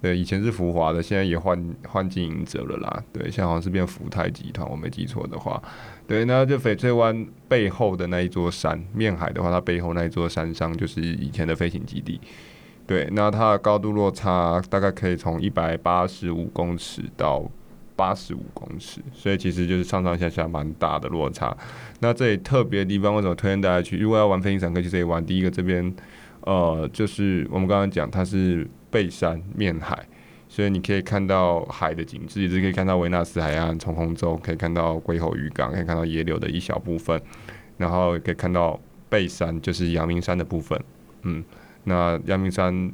A: 对，以前是福华的，现在也换换经营者了啦。对，现在好像是变福泰集团，我没记错的话。对，那就翡翠湾背后的那一座山，面海的话，它背后那一座山上就是以前的飞行基地。对，那它的高度落差大概可以从一百八十五公尺到八十五公尺，所以其实就是上上下下蛮大的落差。那这里特别的地方，为什么推荐大家去？如果要玩飞行伞，可以去这里玩。第一个这边，呃，就是我们刚刚讲，它是背山面海，所以你可以看到海的景致，也是可以看到维纳斯海岸、从红洲，可以看到龟吼渔港，可以看到野柳的一小部分，然后也可以看到背山，就是阳明山的部分。嗯，那阳明山。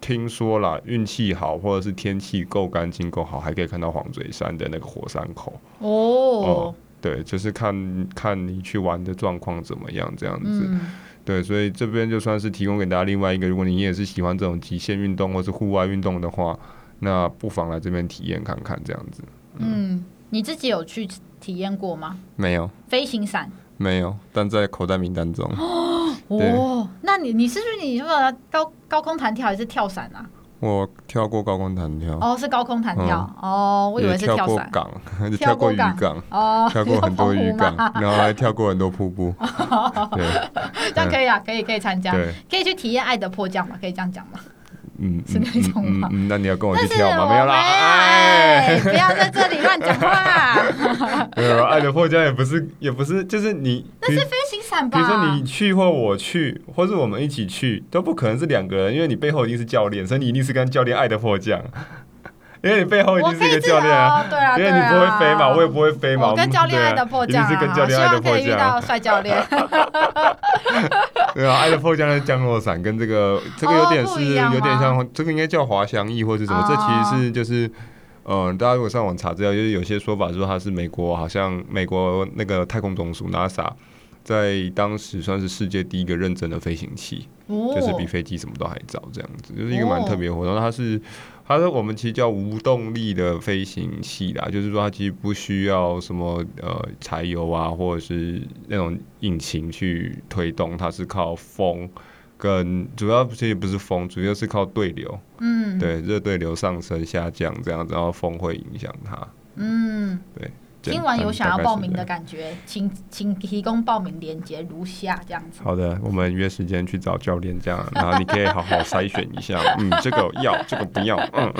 A: 听说啦，运气好或者是天气够干净够好，还可以看到黄嘴山的那个火山口。
B: 哦
A: 哦，对，就是看看你去玩的状况怎么样，这样子。
B: 嗯
A: 对，所以这边就算是提供给大家另外一个，如果你也是喜欢这种极限运动或是户外运动的话，那不妨来这边体验看看，这样子。
B: 嗯，你自己有去体验过吗？
A: 没有，
B: 飞行伞
A: 没有，但在口袋名单中。
B: 哦哦，那你你是不是你说高高空弹跳还是跳伞啊？
A: 我跳过高空弹跳，
B: 哦，是高空弹跳，哦，我以
A: 也
B: 为是
A: 嗯跳
B: 跳
A: 过
B: 伞， *laughs*
A: 港，就
B: 跳
A: 跳
B: 过
A: 过渔
B: 港
A: 港，
B: 哦，
A: 跳过很多渔
B: *laughs*
A: 港，
B: 你说澎湖吗
A: 然后还跳过很多
B: *laughs*
A: 瀑布。对
B: 这样可以啊，可以可以参加，
A: 嗯对，
B: 可以去体验爱的迫降嘛，可以这样讲吗？
A: 嗯，
B: *laughs* 是
A: 嗯
B: 那种
A: 嗯
B: 吗
A: 嗯嗯那你要跟我
B: 但
A: 去
B: 是
A: 跳吗？
B: 我
A: 没有啦，哎
B: 哎，不要在这里乱讲
A: *laughs*
B: 话，
A: 没有啦，爱的破家也不是，也不是，就是你，
B: 那
A: 比
B: 是飞行伞吧？
A: 比如说你去或我去，或是我们一起去，都不可能是两个人，因为你背后一定是教练，所以你一定是跟教练爱的迫降， *laughs* 因为你背后一
B: 我
A: 定
B: 可
A: 是一
B: 以
A: 个
B: 自由
A: 教练啊。
B: 对啊，
A: 因
B: 对
A: 为
B: 啊
A: 你不会飞嘛，我也不会飞嘛，
B: 我跟教练爱
A: 对啊
B: 的迫降
A: 一定是
B: 啊，
A: 跟教
B: 希
A: 练爱的
B: 望可
A: 迫
B: 以遇
A: 降
B: 到，帅教练。
A: *laughs* 对啊，爱的迫降的降落伞跟这个这个有点
B: 哦不
A: 是
B: 一样吗
A: 有点像，这个应该叫滑翔翼或是什么，这
B: 哦
A: 其实是就是。嗯，大家如果上网查资料，就是有些说法说它是美国，好像美国那个太空总署 NASA 在当时算是世界第一个认证的飞行器。就是比
B: 哦，
A: 飞机什么都还早，这样子，就是一个蛮特别的活动。它是，它是我们其实叫无动力的飞行器啦，就是说它其实不需要什么呃柴油啊，或者是那种引擎去推动，它是靠风跟主要其实不是风，主要是靠对流，
B: 嗯
A: 对热对流上升下降这样子，然后风会影响它。
B: 嗯，
A: 简
B: 听完有
A: 单
B: 想
A: 大
B: 要
A: 概
B: 报
A: 是
B: 名
A: 这
B: 的
A: 样
B: 感觉，请请提供报名链接如下，这样子。
A: 好的，我们约时间去找教练，这样，然后你可以好好筛选一下，嗯，这个要，这个不要，嗯，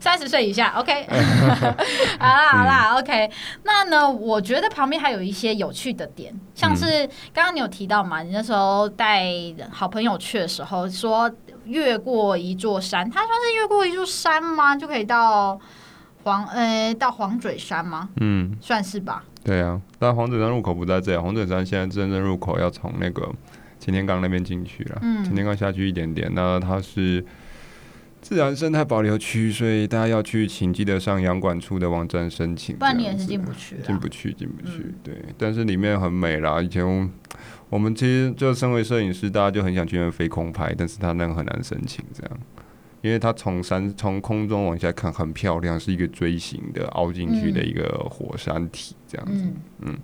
B: 三十岁以下，OK，好啦好
A: 嗯
B: 啦、o k 那呢，我觉得旁边还有一些有趣的点，像是
A: 嗯
B: 刚刚你有提到嘛，你那时候带好朋友去的时候说越过一座山，它算是越过一座山吗？就可以到黄呃到黄嘴山吗？
A: 嗯。
B: 算是吧。
A: 对啊，但黄嘴山入口不在这里，黄嘴山现在真正入口要从那个擎天岗那边进去了，
B: 嗯
A: 擎天岗下去一点点，那它是自然生态保留区，所以大家要去，请记得上洋管处的网站申请，
B: 不然你也是
A: 这样子
B: 进不去啊
A: 进
B: 啦。
A: 不去，进不
B: 嗯
A: 去。对，但是里面很美啦。以前我我们其实就身为摄影师，大家就很想去那边飞空拍，但是他那个很难申请这样。因为它从山从空中往下看很漂亮，是一个锥形的凹进去的一个火山体这样子。
B: 嗯，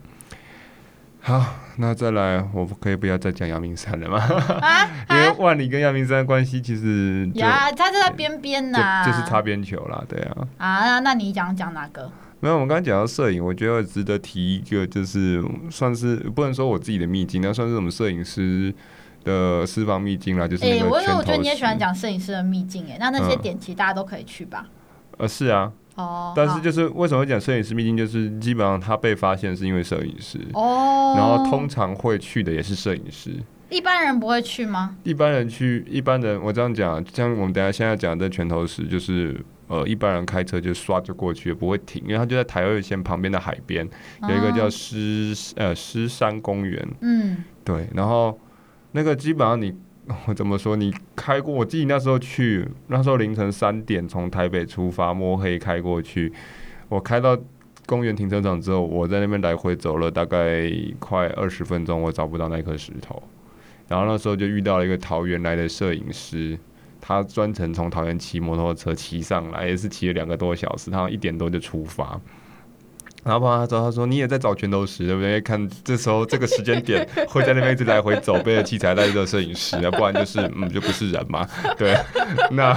A: 好，那再来，我可以不要再讲阳明山了吗？
B: 啊
A: *laughs* 因为
B: 啊
A: 万里跟阳明山的关系其实就
B: 呀，它就在边边
A: 就
B: 呐，
A: 就是擦边球啦，对啊。
B: 啊。那那你讲讲哪个？
A: 没有，我们刚刚讲到摄影，我觉得值得提一个，就是算是不能说我自己的秘境，那算是我们摄影师的呃私房秘境啦，就是那
B: 诶，
A: 个哎
B: 我
A: 拳
B: 我觉得
A: 头
B: 你也喜欢
A: 石
B: 讲摄影师的秘境，哎，那那些
A: 嗯
B: 点其实大家都可以去吧。
A: 呃，是啊，
B: 哦，
A: 但
B: 好
A: 是就是为什么会讲摄影师秘境，就是基本上他被发现是因为摄影师，
B: 哦，
A: 然后通常会去的也是摄影师。
B: 一般人不会去吗？
A: 一般人去，一般人我这样讲，像我们等一下现在讲的这拳头石，就是呃，一般人开车就刷就过去，不会停，因为它就在台二线旁边的海边，有一个叫
B: 哦
A: 狮、呃狮山公园，
B: 嗯
A: 对，然后那个基本上你我怎么说，你开过，我自己那时候去，那时候凌晨三点从台北出发，摸黑开过去，我开到。公园停车场之后，我在那边来回走了大概快二十分钟，我找不到那颗石头。然后那时候就遇到了一个桃园来的摄影师，他专程从桃园骑摩托车骑上来，也是骑了两个多小时，他好像一点多就出发。然后帮他找，他说你也在找拳头石对不对？看这时候这个时间点会在那边一直来回走，背着器材带着摄影师，要不然就是嗯就不是人嘛。 *laughs* 对，那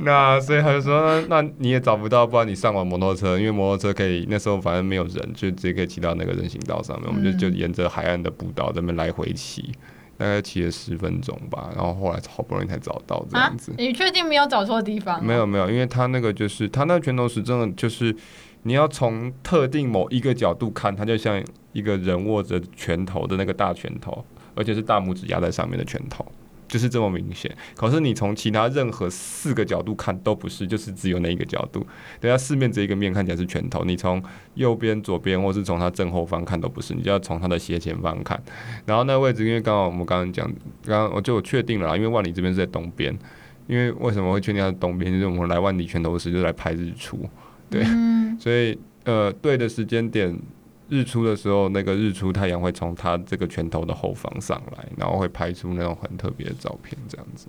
A: 那所以他就说那你也找不到，不然你上完摩托车，因为摩托车可以那时候反正没有人，就直接可以骑到那个人行道上面，我们就
B: 嗯
A: 就沿着海岸的步道在那边来回骑。大概骑了十分钟吧，然后后来好不容易才找到这
B: 啊
A: 样子，。
B: 你确定没有找错地方？哦
A: 没有没有，因为它那个就是它那拳头石真的就是你要从特定某一个角度看，它就像一个人握着拳头的那个大拳头，而且是大拇指压在上面的拳头，就是这么明显。可是你从其他任何四个角度看都不是，就是只有那一个角度。对它四面这一个面看起来是拳头，你从右边、左边，或是从它正后方看都不是，你就要从它的斜前方看。然后那位置，因为刚好我们刚刚讲，刚刚我就有确定了啦，因为万里这边是在东边。因为为什么会确定它是东边？就是我们来万里全头石就是来拍日出，对
B: 嗯
A: 所以呃，对的时间点，日出的时候，那个日出太阳会从它这个拳头的后方上来，然后会拍出那种很特别的照片，这样子。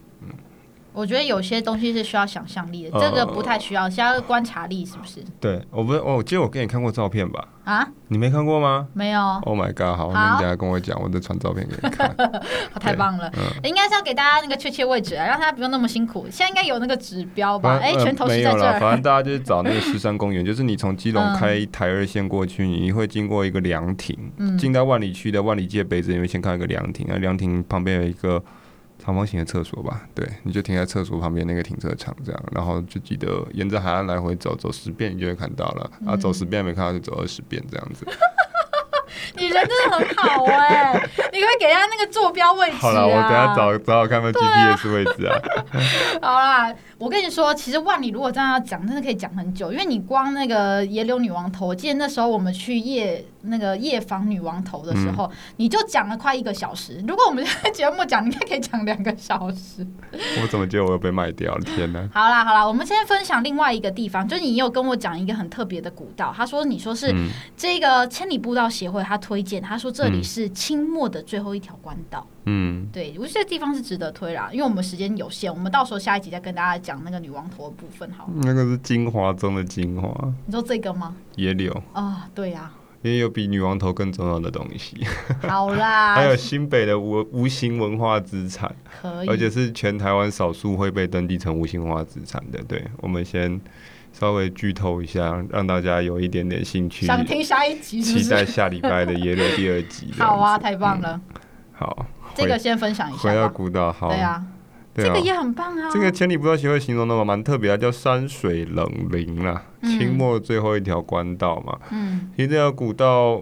B: 我觉得有些东西是需要想象力的，
A: 呃
B: 这个不太需要，需要观察力，是不是？
A: 对，我不是，我记得我给你看过照片吧？
B: 啊，
A: 你没看过吗
B: 没有，
A: ？Oh my god！好，
B: 好
A: 那你等一下跟我讲，我再传照片给你看。
B: 哦太棒了！
A: 嗯
B: 应该是要给大家那个确切位置啊，让他不用那么辛苦。现在应该有那个指标吧？
A: 反
B: 哎，
A: 呃
B: 拳头
A: 没
B: 是在
A: 有
B: 这
A: 啦，反
B: 儿。
A: 正大家就是找那个石
B: *laughs*
A: 山公园，就是你从基隆
B: 嗯
A: 开台二线过去，你会经过一个凉亭，
B: 嗯
A: 进到万里区的万里界北子，你会先看到一个凉亭，那凉亭旁边有一个长方形的厕所吧？对，你就停在厕所旁边那个停车场这样，然后就记得沿着海岸来回走，走十遍你就会看到了，啊，走十遍没看到就走二十遍这样
B: 嗯
A: 子。
B: 你人真的很好哎，你可不可以给他那个坐标位置啊。
A: *laughs* 好了，我等下找找找看看 GPS 位置啊。
B: *laughs* 好啦，我跟你说，其实万里如果这样要讲，真的可以讲很久，因为你光那个野柳女王头，我记得那时候我们去夜那个夜访女王头的时候，你就讲了快一个小时。如果我们这个节目讲，你应该可以讲两个小时。
A: 我怎么觉得我又被卖掉了？天哪！
B: 好啦好啦，我们先分享另外一个地方，就是你有跟我讲一个很特别的古道，他说你说是
A: 嗯
B: 这个千里步道协会他推荐，他说这里
A: 嗯
B: 是清末的最后一条官道。
A: 嗯，
B: 对，我觉得这地方是值得推啦，因为我们时间有限，我们到时候下一集再跟大家讲那个女王头的部分好了。
A: 那个是精华中的精华，
B: 你说这个吗？
A: 野柳。
B: 啊、对呀、
A: *laughs* 也有比女王头更重要的东西，
B: 好啦，
A: *laughs* 还有新北的无无形文化资产，
B: 可以，
A: 而且是全台湾少数会被登记成无形文化资产的。对，我们先稍微剧透一下，让大家有一点点兴趣，
B: 想听 *laughs* 下一集是不
A: 期
B: 是？
A: 待下礼拜的野柳第二集。这样
B: 好
A: 子
B: 啊，，太棒了，
A: 好，
B: 这个先分享一
A: 嗯回回到
B: 下吧。
A: 古道，好，
B: 对啊，
A: 对
B: 这
A: 啊
B: 个也很棒啊。
A: 这个千里步道协会形容的蛮特别啊，叫山水冷林啦，
B: 嗯
A: 清末最后一条官道嘛。
B: 嗯
A: 其实这条古道，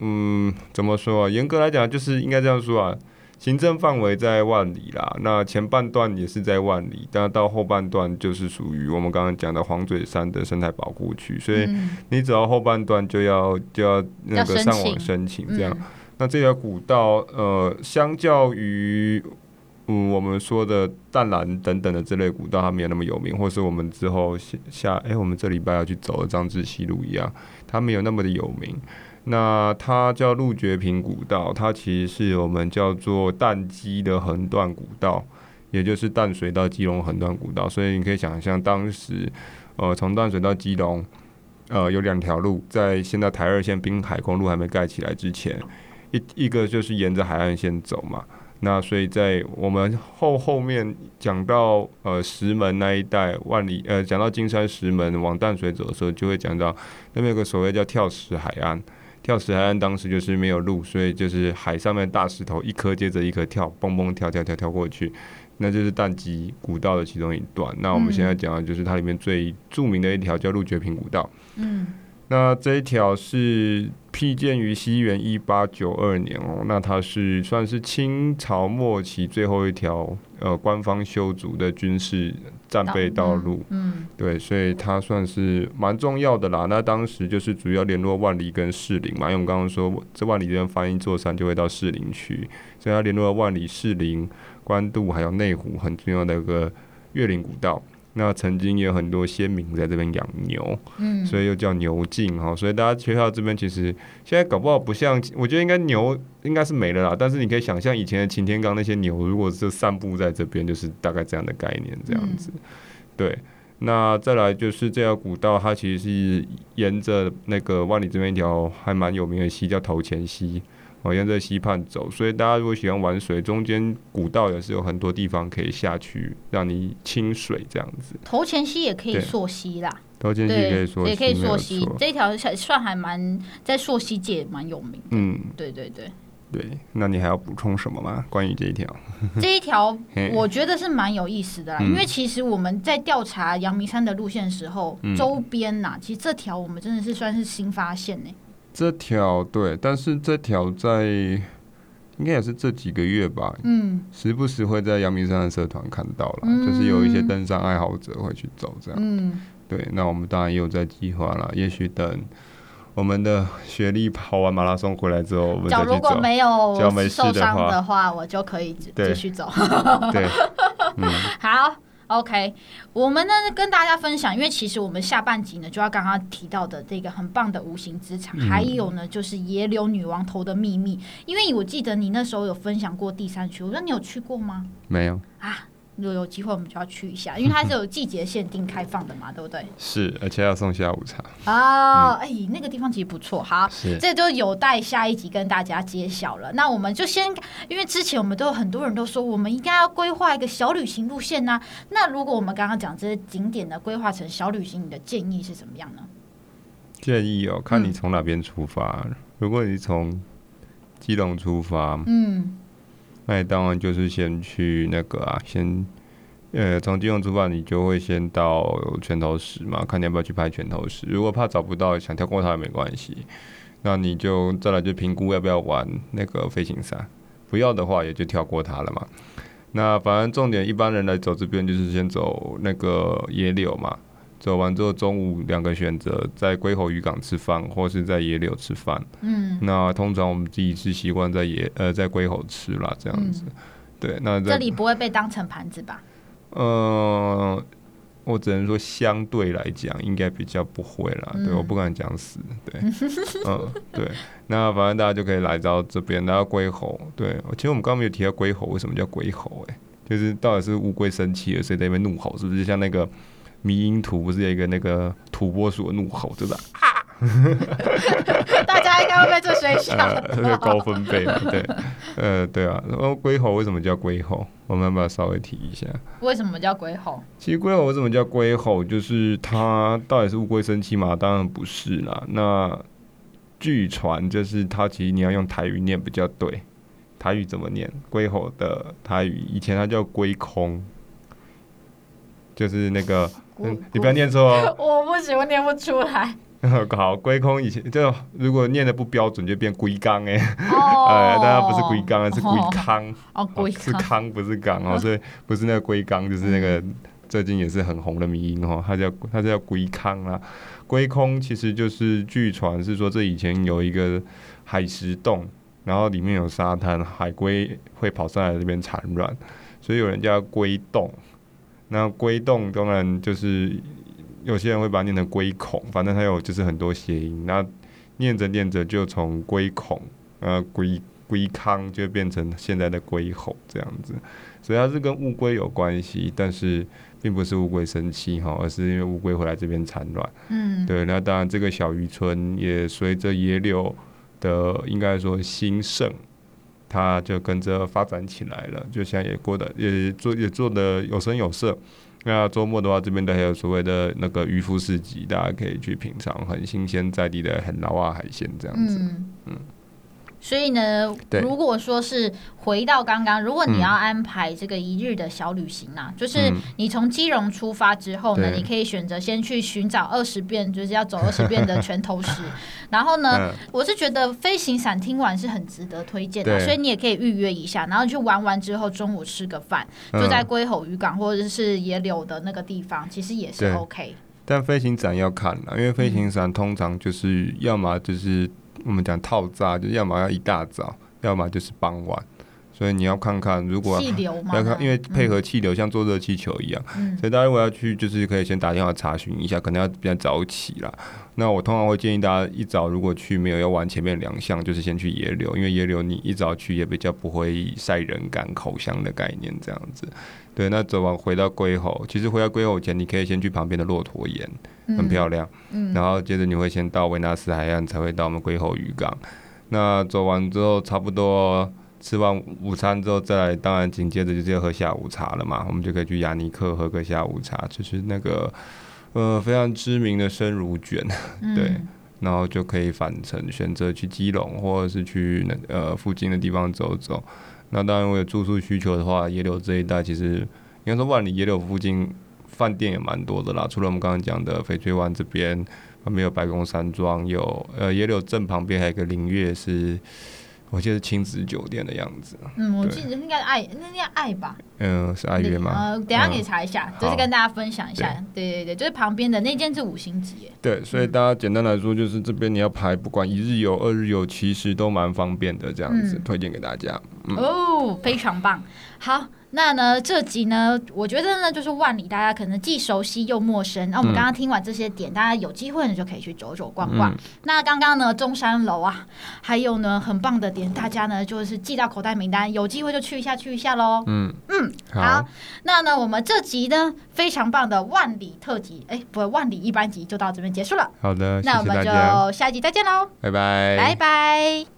A: 嗯，怎么说啊？严格来讲，就是应该这样说啊。行政范围在万里啦，那前半段也是在万里，但到后半段就是属于我们刚刚讲的黄嘴山的生态保护区，所以
B: 嗯
A: 你只要后半段就要就要那个
B: 要申
A: 上
B: 请
A: 网申请这样。
B: 嗯
A: 那这条古道，呃，相较于嗯我们说的淡蓝等等的这类古道，它没有那么有名，或是我们之后下下哎、我们这礼拜要去走的张志西路一样，它没有那么的有名。那它叫鹿觉坪古道，它其实是我们叫做淡基的横断古道，也就是淡水到基隆横断古道。所以你可以想象，当时呃从淡水到基隆，呃有两条路，在现在台二线滨海公路还没盖起来之前，一一个就是沿着海岸线走嘛。那所以在我们后后面讲到呃石门那一带万里呃讲到金山石门往淡水走的时候，就会讲到那边有个所谓叫跳石海岸。跳石海岸当时就是没有路，所以就是海上面大石头一颗接着一颗跳，蹦蹦跳跳跳跳过去，那就是淡基古道的其中一段。那我们现在讲的就是它里面最著名的一条叫鹿觉坪古道。
B: 嗯
A: 那这一条是辟建于西元一八九二年哦，那它是算是清朝末期最后一条呃官方修筑的军事战备道路，
B: 嗯
A: 对，所以它算是蛮重要的啦。那当时就是主要联络万里跟士林嘛，因为我们刚刚说这万里这边翻译座山就会到士林区，所以它联络了万里、士林、官渡还有内湖很重要的一个越岭古道。那曾经也有很多先民在这边养牛，
B: 嗯，
A: 所以又叫牛径哈。所以大家学校这边其实现在搞不好不像，我觉得应该牛应该是没了啦。但是你可以想象以前的擎天岗那些牛，如果是散布在这边，就是大概这样的概念这样
B: 嗯
A: 子。对，那再来就是这条古道，它其实是沿着那个万里这边一条还蛮有名的溪，叫头前溪。哦，沿着溪畔走，所以大家如果喜欢玩水，中间古道也是有很多地方可以下去，让你清水这样子。
B: 头前溪也可以
A: 对
B: 溯溪啦，
A: 头前溪可以
B: 对
A: 说，
B: 也可以
A: 没
B: 溯
A: 有
B: 溪
A: 错，
B: 这条算算还蛮在溯溪界也蛮有名的。
A: 嗯，
B: 对对对，
A: 对，那你还要补充什么吗？关于这一条？
B: 这一条
A: 嘿
B: 我觉得是蛮有意思的啦，因
A: 嗯
B: 为其实我们在调查阳明山的路线的时候，
A: 嗯
B: 周边呐、其实这条我们真的是算是新发现呢、
A: 这条对，但是这条在应该也是这几个月吧，
B: 嗯
A: 时不时会在阳明山的社团看到啦，就是有一些登山爱好者会去走这样。
B: 嗯，
A: 对，啊那我们当然也有在计划啦，也许等我们的学历跑完马拉松回来之后，我们
B: 脚
A: 再
B: 如
A: 去
B: 果
A: 走。
B: 没有
A: 只要没事
B: 受
A: 的
B: 伤
A: 话
B: 的话，我就可以继
A: 对
B: 继续走。 *laughs*
A: 对，
B: 好，OK，我们呢跟大家分享，因为其实我们下半集呢就要刚刚提到的这个很棒的无形资产，
A: 嗯
B: 还有呢就是野柳女王头的秘密。因为我记得你那时候有分享过第三区，我说你有去过吗？
A: 没有，
B: 啊，如果有机会我们就要去一
A: *laughs*
B: 下，因为它是有季节限定开放的嘛，对不对？
A: 是，而且要送下午茶。
B: 啊，哎、那个地方其实不错，好，
A: 嗯是
B: 这就有待下一集跟大家揭晓了。那我们就先，因为之前我们都有很多人都说，我们应该要规划一个小旅行路线呐、啊那如果我们刚刚讲这些景点的规划成小旅行，你的建议是怎么样呢？
A: 建议哦，看你从哪边出发。如果你从基隆出发，
B: 嗯，
A: 那你当然就是先去那个啊，先呃从基隆出发，你就会先到拳头石嘛，看你要不要去拍拳头石。如果怕找不到，想跳过它也没关系。那你就再来就评估要不要玩那个飞行伞，不要的话也就跳过它了嘛。那反正重点，一般人来走这边就是先走那个野柳嘛，走完之后中午两个选择，在龟吼渔港吃饭，或是在野柳吃饭。嗯，那通常我们自己是习惯在野呃在龟吼吃啦，这样子。对，那
B: 这
A: 嗯在
B: 里不会被当成盘子吧？ *laughs*
A: 呃，我只能说相对来讲应该比较不会啦。对，
B: 嗯
A: 我不敢讲死。对，嗯，对。那反正大家就可以来到这边，然后龟吼。对，其实我们刚刚没有提到龟吼为什么叫龟吼、欸，就是到底是乌龟生气了，所以在那边怒吼，是不是像那个迷因图不是有一个那个土拨鼠的怒吼，对吧？
B: 大家应该会被这水
A: *laughs*
B: 想
A: 呃，
B: 到
A: 这个高分贝嘛，对，呃，对啊。然后龟吼为什么叫龟吼？我们要不要稍微提一下？
B: 为什么叫鬼吼？
A: 其实龟吼为什么叫龟吼？就是它到底是乌龟生气吗？当然不是啦。那据传就是它其实你要用台语念比较对。台语怎么念？龟吼的台语以前它叫龟空，就是那个，嗯，你不要念错哦。
B: 我
A: *laughs*
B: 不行，我念不出来。
A: 好，龟空以前就如果念的不标准就变龟缸哎，
B: 哦，
A: *laughs* 哎，但它不是龟缸，是龟康。
B: 哦，
A: 哦
B: 龟
A: 是康不是港哦，所以不是那个龟缸，就是那个最近也是很红的迷音哦，它叫它叫龟康啦。龟空其实就是据传是说这以前有一个海石洞，然后里面有沙滩，海龟会跑上来这边产卵，所以有人叫龟洞。那龟洞当然就是有些人会把它念成龟孔，反正它有就是很多谐音，那念着念着就从龟孔呃龟龟康就变成现在的龟吼这样子，所以它是跟乌龟有关系，但是并不是乌龟生气哈，而是因为乌龟回来这边产卵。
B: 嗯，
A: 对，那当然这个小渔村也随着野柳的应该说兴盛，它就跟着发展起来了，就现在也过得也做也做得有声有色。那周末的话，这边的还有所谓的那个渔夫市集，大家可以去品尝很新鲜在地的很老啊海鲜这样子。
B: 嗯所以呢，
A: 对
B: 如果说是回到刚刚，如果你要安排这个一日的小旅行啊，就是你从基隆出发之后呢，
A: 嗯对
B: 你可以选择先去寻找二十遍，就是
A: *laughs*
B: 要走二十遍的拳头石。然后呢，
A: 嗯
B: 我是觉得飞行伞听完是很值得推荐的、啊
A: 对
B: 所以你也可以预约一下，然后去玩完之后中午吃个饭，
A: 嗯
B: 就在龟吼渔港或者是野柳的那个地方，其实也是
A: 对
B: OK。
A: 但飞行伞要看啦，因为飞行伞通常就是要么就是我们讲套炸，就要么要一大早，要么就是傍晚，所以你要看看如果
B: 气流嘛
A: 要，看，因为配合气流像坐热气球一样，
B: 嗯
A: 所以大家如果要去，就是可以先打电话查询一下，可能要比较早起啦。那我通常会建议大家一早如果去没有要玩前面两项，就是先去野柳，因为野柳你一早去也比较不会晒人感口香的概念这样子。对，那走完回到龟吼，其实回到龟吼前，你可以先去旁边的骆驼岩，
B: 嗯
A: 很漂亮。嗯，然后接着你会先到维纳斯海岸，才会到我们龟吼渔港。那走完之后，差不多吃完午餐之后，再来，当然紧接着就是要喝下午茶了嘛，我们就可以去雅尼克喝个下午茶，就是那个呃非常知名的生乳卷，
B: 嗯
A: 对，然后就可以返程选择去基隆或者是去那呃附近的地方走走。那当然，我有住宿需求的话，野柳这一带其实应该说万里野柳附近饭店也蛮多的啦，除了我们刚刚讲的翡翠湾这边，旁边有白宫山庄，有呃野柳镇旁边还有一个林月是。我记得是亲子酒店的样子，
B: 嗯，我
A: 对
B: 记得应该爱，那应该爱吧。
A: 嗯、是爱约吗？啊
B: 呃，等一下给你查一下，就是
A: 好
B: 跟大家分享一下。对对对，就是旁边的那间是五星级耶。
A: 对，所以大家简单来说，就是这边你要排，不管一日游、二日游，其实都蛮方便的，这样子、
B: 嗯
A: 推荐给大家。
B: 哦，非常棒。好，那呢，这集呢，我觉得呢，就是万里，大家可能既熟悉又陌生。那我们
A: 嗯
B: 刚刚听完这些点，大家有机会呢就可以去走走逛逛。
A: 嗯
B: 那刚刚呢，中山楼啊，还有呢很棒的点，大家呢就是记到口袋名单，有机会就去一下去一下喽。
A: 嗯
B: 嗯，好
A: 好，
B: 那呢，我们这集呢非常棒的万里特辑，哎，不，万里一般集就到这边结束了。
A: 好的，谢
B: 那我
A: 谢
B: 们
A: 大家，哎
B: 就下一集再见喽，
A: 拜拜，
B: 拜拜。